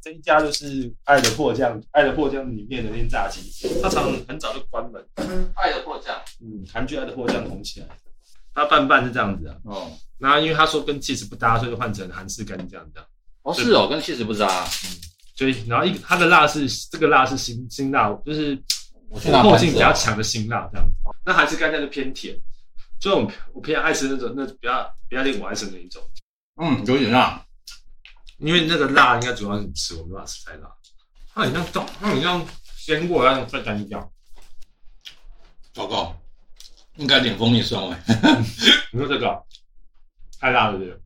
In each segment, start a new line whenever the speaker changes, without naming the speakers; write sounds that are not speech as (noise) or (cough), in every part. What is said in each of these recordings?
这一家就是爱的迫降，爱的迫降里面的那间炸鸡，它常常很早就关门。
爱的迫降，
嗯，韩剧爱的迫降红起来，它拌拌是这样子啊。
哦，
那因为他说跟 cheese 不搭，所以就换成韩式干酱这样。啊
哦是哦，跟气质不搭。
所以然后一个它的辣是这个辣是辛辛辣，就是
我去拿
后
盘
劲比
子
较
啊。
强的辛辣这样子。那韩式干酱就偏甜，所以我我偏爱吃那种那比较比较令我爱吃的那一种，
嗯，有点辣。
因为那个辣应该主要是你吃，我没办法吃太辣。它很像豆，它很像鲜果那种饭干一样。
糟糕，应该点蜂蜜酸味。
你说这个啊太辣了，对不对？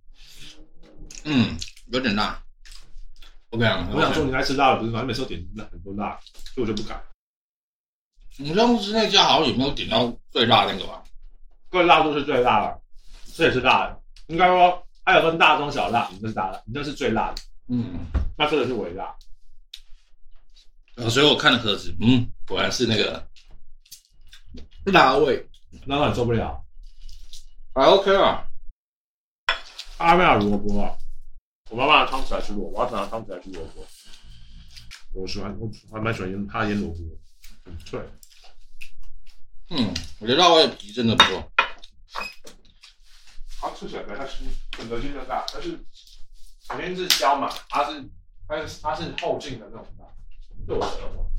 嗯，有点辣。OK 啊，
我想说你爱吃辣的不是吗？你每次都点辣很多辣，所以我就不敢。
你上次那家好像有没有点到最辣那个吧？
各位辣度是最辣的，这也是辣的。应该说还有分大中小辣，你这是大辣，你这是最辣的，
嗯，
那这个是微辣。
呃所以我看了盒子，嗯，果然是那个辣味，
那那你受不了。
还 OK 啊。
阿妹尔萝卜啊，我妈妈汤起来吃萝卜，我要常常汤起来吃萝卜。我喜欢，我还蛮喜欢腌，她腌萝卜，很脆。
嗯，我觉得辣味的皮真的不错。
它吃起来没它是选择性的辣，但是肯定是椒嘛，它是它是它是后劲的那种辣，对我来说。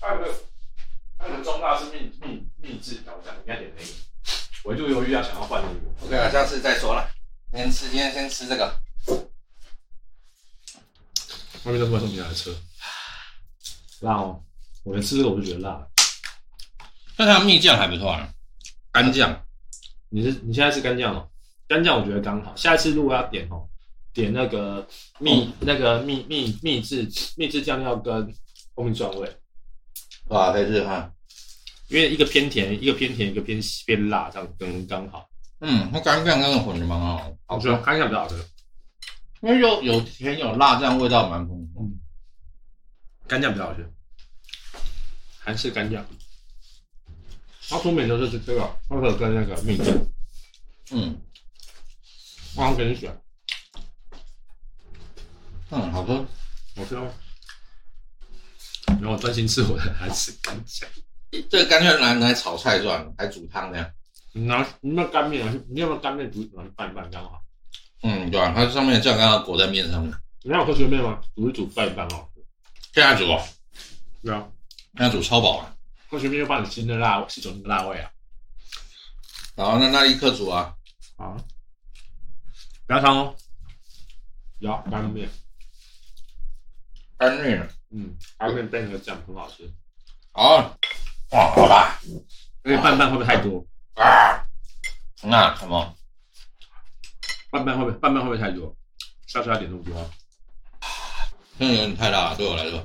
还有个还有个中辣是秘秘秘制调酱，你应该点那个。我就犹豫要想要换那个，
OK 啊，下次再说了。先吃，今天先吃这个。
外面都外送进来的车，辣哦！我连吃这个我就觉得辣。
但它的蜜酱还不错啊，干酱。
你是你现在吃干酱哦，干酱我觉得刚好。下一次如果要点哦，点那个蜜、那个蜜蜜蜜制蜜制酱料跟蜂蜜酸味，
哇，可以试试看。
因为一个偏甜，一个偏甜，一个偏偏辣，这样刚刚好。
嗯，那干酱那个混的蛮好的，
我觉得干酱比较好吃，
因为有有甜有辣，这样味道蛮丰富。
干酱比较好吃，韩式干酱。它出名的就是这个，或者跟那个蜜酱，
嗯
我好像给你选，
嗯，好喝。
我知道。然后我专心吃我的韩式干酱。
这个干脆拿拿来炒菜算了，还煮汤这样。
你拿你有没有干面啊？你有没有干面煮一煮然后拌一拌刚好？
嗯，对啊，它上面的酱刚好裹在面上面。
你看我科学面吗？煮一煮拌一拌哦。
现在煮哦，
对啊，
现在煮超饱啊。
科学面又帮你新的辣，是种那个辣味啊。
然后那那立刻煮啊。
啊，不要汤哦。要干面，
干脆了。
嗯，干面配合酱很好吃。
好，哇，好辣
而且拌拌会不会太多？
啊！那什么，
拌拌会不会拌拌会不会太多？下次要点那么多啊？
真的有点太辣了，对我来说。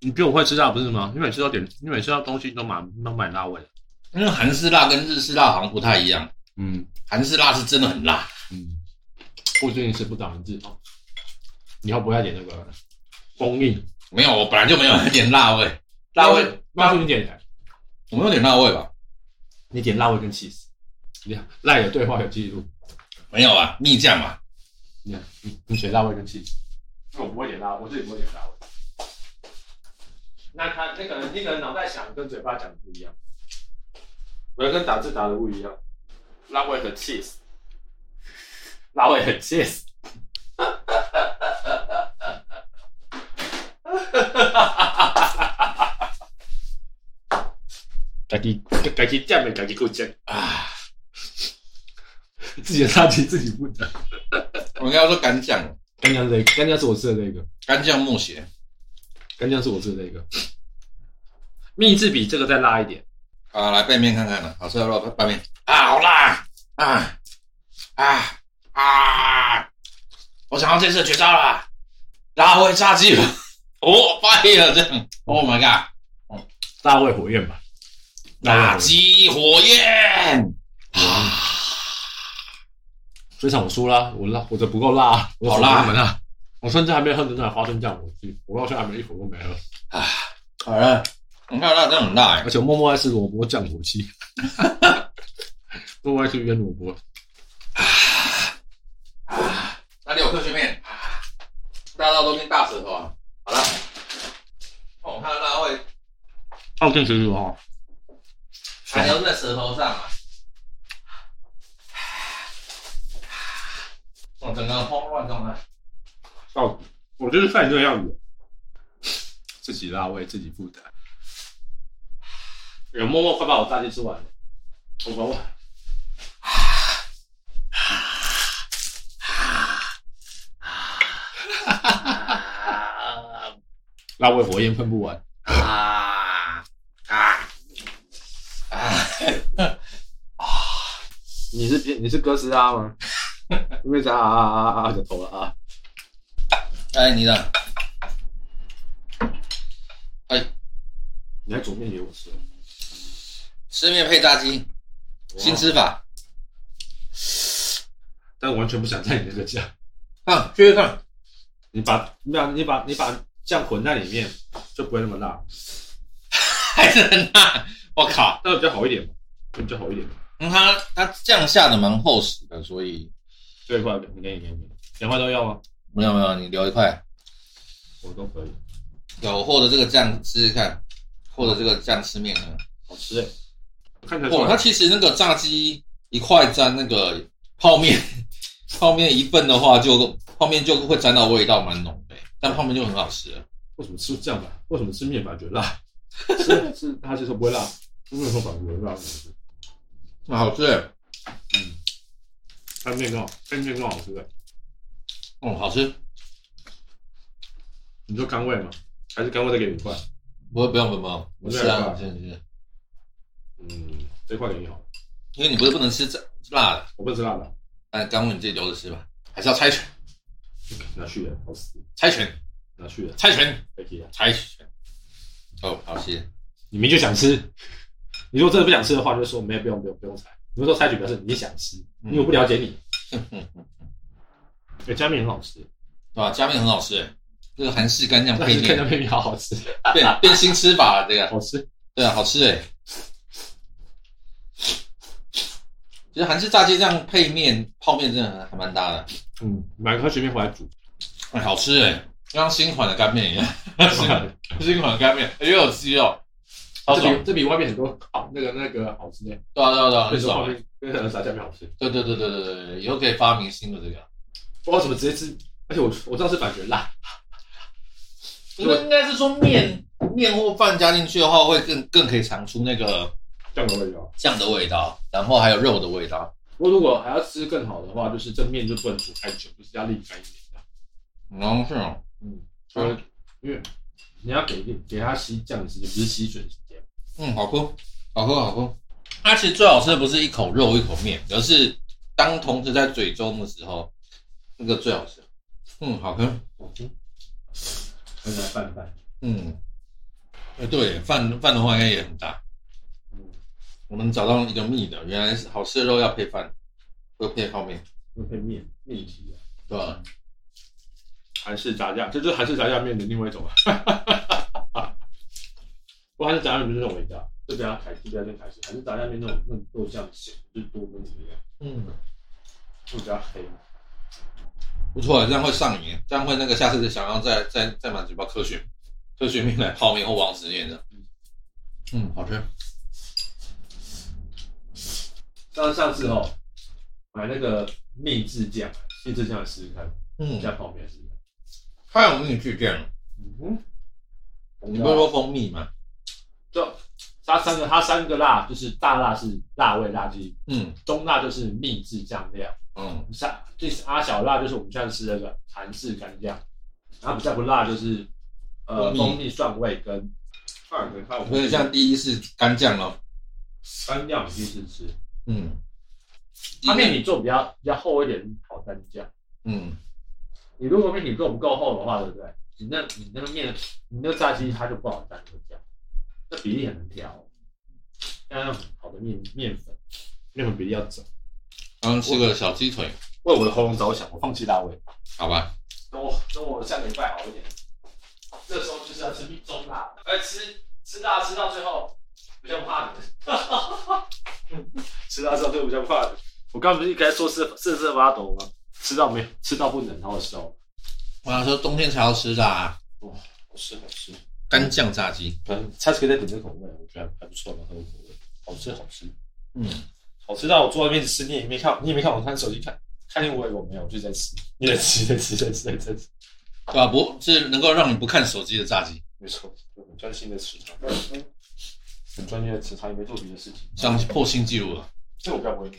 你比我会吃辣不是吗？你每次都点，你每次要东西都买都买辣味。
因为韩式辣跟日式辣好像不太一样，
嗯
韩式辣是真的很辣。
嗯，我最近吃不长一智哦。以后不要点那个蜂蜜，
没有，我本来就没有一点辣味，辣味，
告诉你点
我没有点辣味吧？
你点辣味跟 cheese，你看赖有对话有记录，
没有啊，蜜酱嘛。
你看你你选辣味跟 cheese，我不会点辣，我自己不会点辣味。那他那个人那个人脑袋想跟嘴巴讲的不一样，我要跟打字打的不一样，辣味和 cheese，辣味和 (laughs) cheese。自己自己点的，自己顾吃
啊，
自己的垃圾自己负责。
我应该说干酱，
干姜是这个，干姜是我吃的那个，
干酱默写。
干姜是我吃的那个。秘制比这个再辣一点，
啊，来拌面看看了，好吃要不要拌面？啊，好辣啊啊啊！我想到这次的绝招了，拉回炸鸡了，哦，废了这样，Oh my god！
辣味火焰吧。
炸鸡火焰，啊
所以场我输啦，我辣，我这不够辣，我
好辣
我啊辣，我甚至还没有喝牛奶花生酱，我去，我到现在还没一口都没喝，
好了，很辣，辣，真的很辣、欸
而，且我默默爱吃萝卜降火 (laughs) 气，默默爱吃腌萝卜。
那里有科学面，啊大到都变大舌头啊！好了，哦，我看到大会
奥定水煮哦，
还留在舌头上啊， (sighs) 我整个慌乱状态。
哦我就是看你这个样子，
自己辣味自己负担。
有人默默快把我炸鸡吃完了，我把我辣味火焰喷不完，
啊啊啊！
你是别你是哥斯拉吗？因为啥啊啊啊啊的头了啊？
(laughs) 哎，你的
你还煮面给我吃？
吃面配炸鸡，新吃法，
但完全不想在你那个家。
啊，试试看。
你把你把你把你把酱混在里面，就不会那么辣，
(laughs) 还是很辣，我靠！
那会比较好一点嘛，会比较好一点。
嗯，它它酱下的蛮厚实的，所以
这一块你给你给你，两块都要吗？
没有没有，你留一块。
我都可以，
有或者这个酱试试看，或者这个酱吃面嗯看看。
好吃哎、看起来
哦，它其实那个炸鸡一块沾那个泡面，泡面一份的话就泡面就会沾到味道蛮浓的，但泡面就很好吃了。
为什么吃酱吧？为什么吃面反而觉得辣？吃吃它其实不会辣，吃面后反而觉得辣。
那好吃，欸
它面更好，干面更好吃的。
嗯，好吃。
你说甘味吗？还是甘味再给你一块？
不会，不用，不用，不用，我吃啊，我先吃。
嗯，这块给你好了，
因为你不是不能吃这辣的，
我不吃辣的，
但干锅你自己留着吃吧，还是要猜拳，
拿去的，好死，
猜拳，
拿去的，
猜拳，
可以啊。
猜拳。哦，好谢谢。
你明就想吃，你如果真的不想吃的话，就说没有，不用，不用，不用猜。你说猜举表示你想吃，因为我不了解你。嗯 (laughs) 哎、加面很好 (laughs) 吃，
对吧？加面很好吃，哎这个韩式干酱
但
配
是看
面
加面好好吃，
变变新吃法了，这个
好吃。
对啊，好吃哎。其实韩式炸鸡这样配面泡面真的还还蛮搭的，
嗯，买个水面回来 (laughs) 煮，
哎，好吃哎，就像新款的干面一样，新款新款的干面又有鸡肉，好
这
爽，
比这比外面很多好那个那个好吃呢。
对啊对啊对啊，很
说
爽，
面跟很多炸酱面好吃。
对对对对对对对，以后可以发明新的这个。
不知道怎么直接吃，而且我我知道是反觉辣，
我觉得应该是说面面或饭加进去的话，会更更可以尝出那个
酱油味道。
酱的味道，然后还有肉的味道。
不过如果还要吃更好的话，就是这面就不能煮太久，就是要沥干一点的。
然后是哦，
所以因为你要给给它吸酱的时间，不是吸水时间。
嗯，好喝，好喝，好喝。它其实最好吃的不是一口肉一口面，而是当同时在嘴中的时候，那个最好吃。嗯，好喝。
而且拌拌，
嗯，哎对耶，饭饭的话应该也很搭。
嗯，
我们找到一个密的，原来是好吃的肉要配饭，会配泡面，
会配面面皮啊，
对吧？
韩式炸酱，这就是韩式炸酱面的另外一种啊。 (laughs) 不过韩式炸酱面不是那种味道，就比较台式，比较偏台式。韩式炸酱面那种那种豆酱咸，就是多跟怎么样，
嗯，
就比较黑。
不错，这样会上瘾，这样会那个下次想要再再再买几包科学科学面来泡面或王子面的。嗯，好吃。
上上次哦，买那个秘制酱，秘制酱来试试看，
嗯，
加泡面试试看。
它有蜜制酱，
嗯哼，嗯
你不是说蜂蜜吗？
就它三个，它三个辣就是大辣是辣味辣鸡，
嗯
中辣就是秘制酱料，
嗯
下最阿小辣就是我们现在吃那个韩式干酱，然后比较不辣就是呃
蜂蜜
蜂蜜蒜味跟蒜耳根还有
所以像第一是干酱咯。
干酱你去试吃，
嗯，
它面你做比较比较厚一点好蘸酱。
嗯，
你如果面体做不够厚的话，对不对？你那你那个面，你那个炸鸡它就不好蘸这个酱，那比例很难调哦。要用好的面面粉，面粉比例要整。
刚刚吃个小鸡腿，
为我的喉咙着想，我放弃辣味。
好吧？
等我等我下个礼拜好一点。这时候就是要吃密中辣，哎，吃吃辣吃到最后比较怕你。
(laughs) 吃辣之后就比较怕。我刚不是一开始说是瑟瑟发抖吗？吃到没吃到不能，然后手。
我想说冬天才要吃的、啊，
好吃好吃，
干酱炸鸡。
反正下次可以再点这个口味，我觉得还不错，蛮合我口味，好吃好吃，
嗯，
好吃到我坐在面吃，你也没看，你也没看我看手机看，看见我有没有，我就在吃，你在吃在吃在吃在吃，
对吧、不是能够让你不看手机的炸鸡，
没错，就很专心的吃它，很专心的吃它，也没做别的事情，
这样破新纪录了。
这我比较不会腻，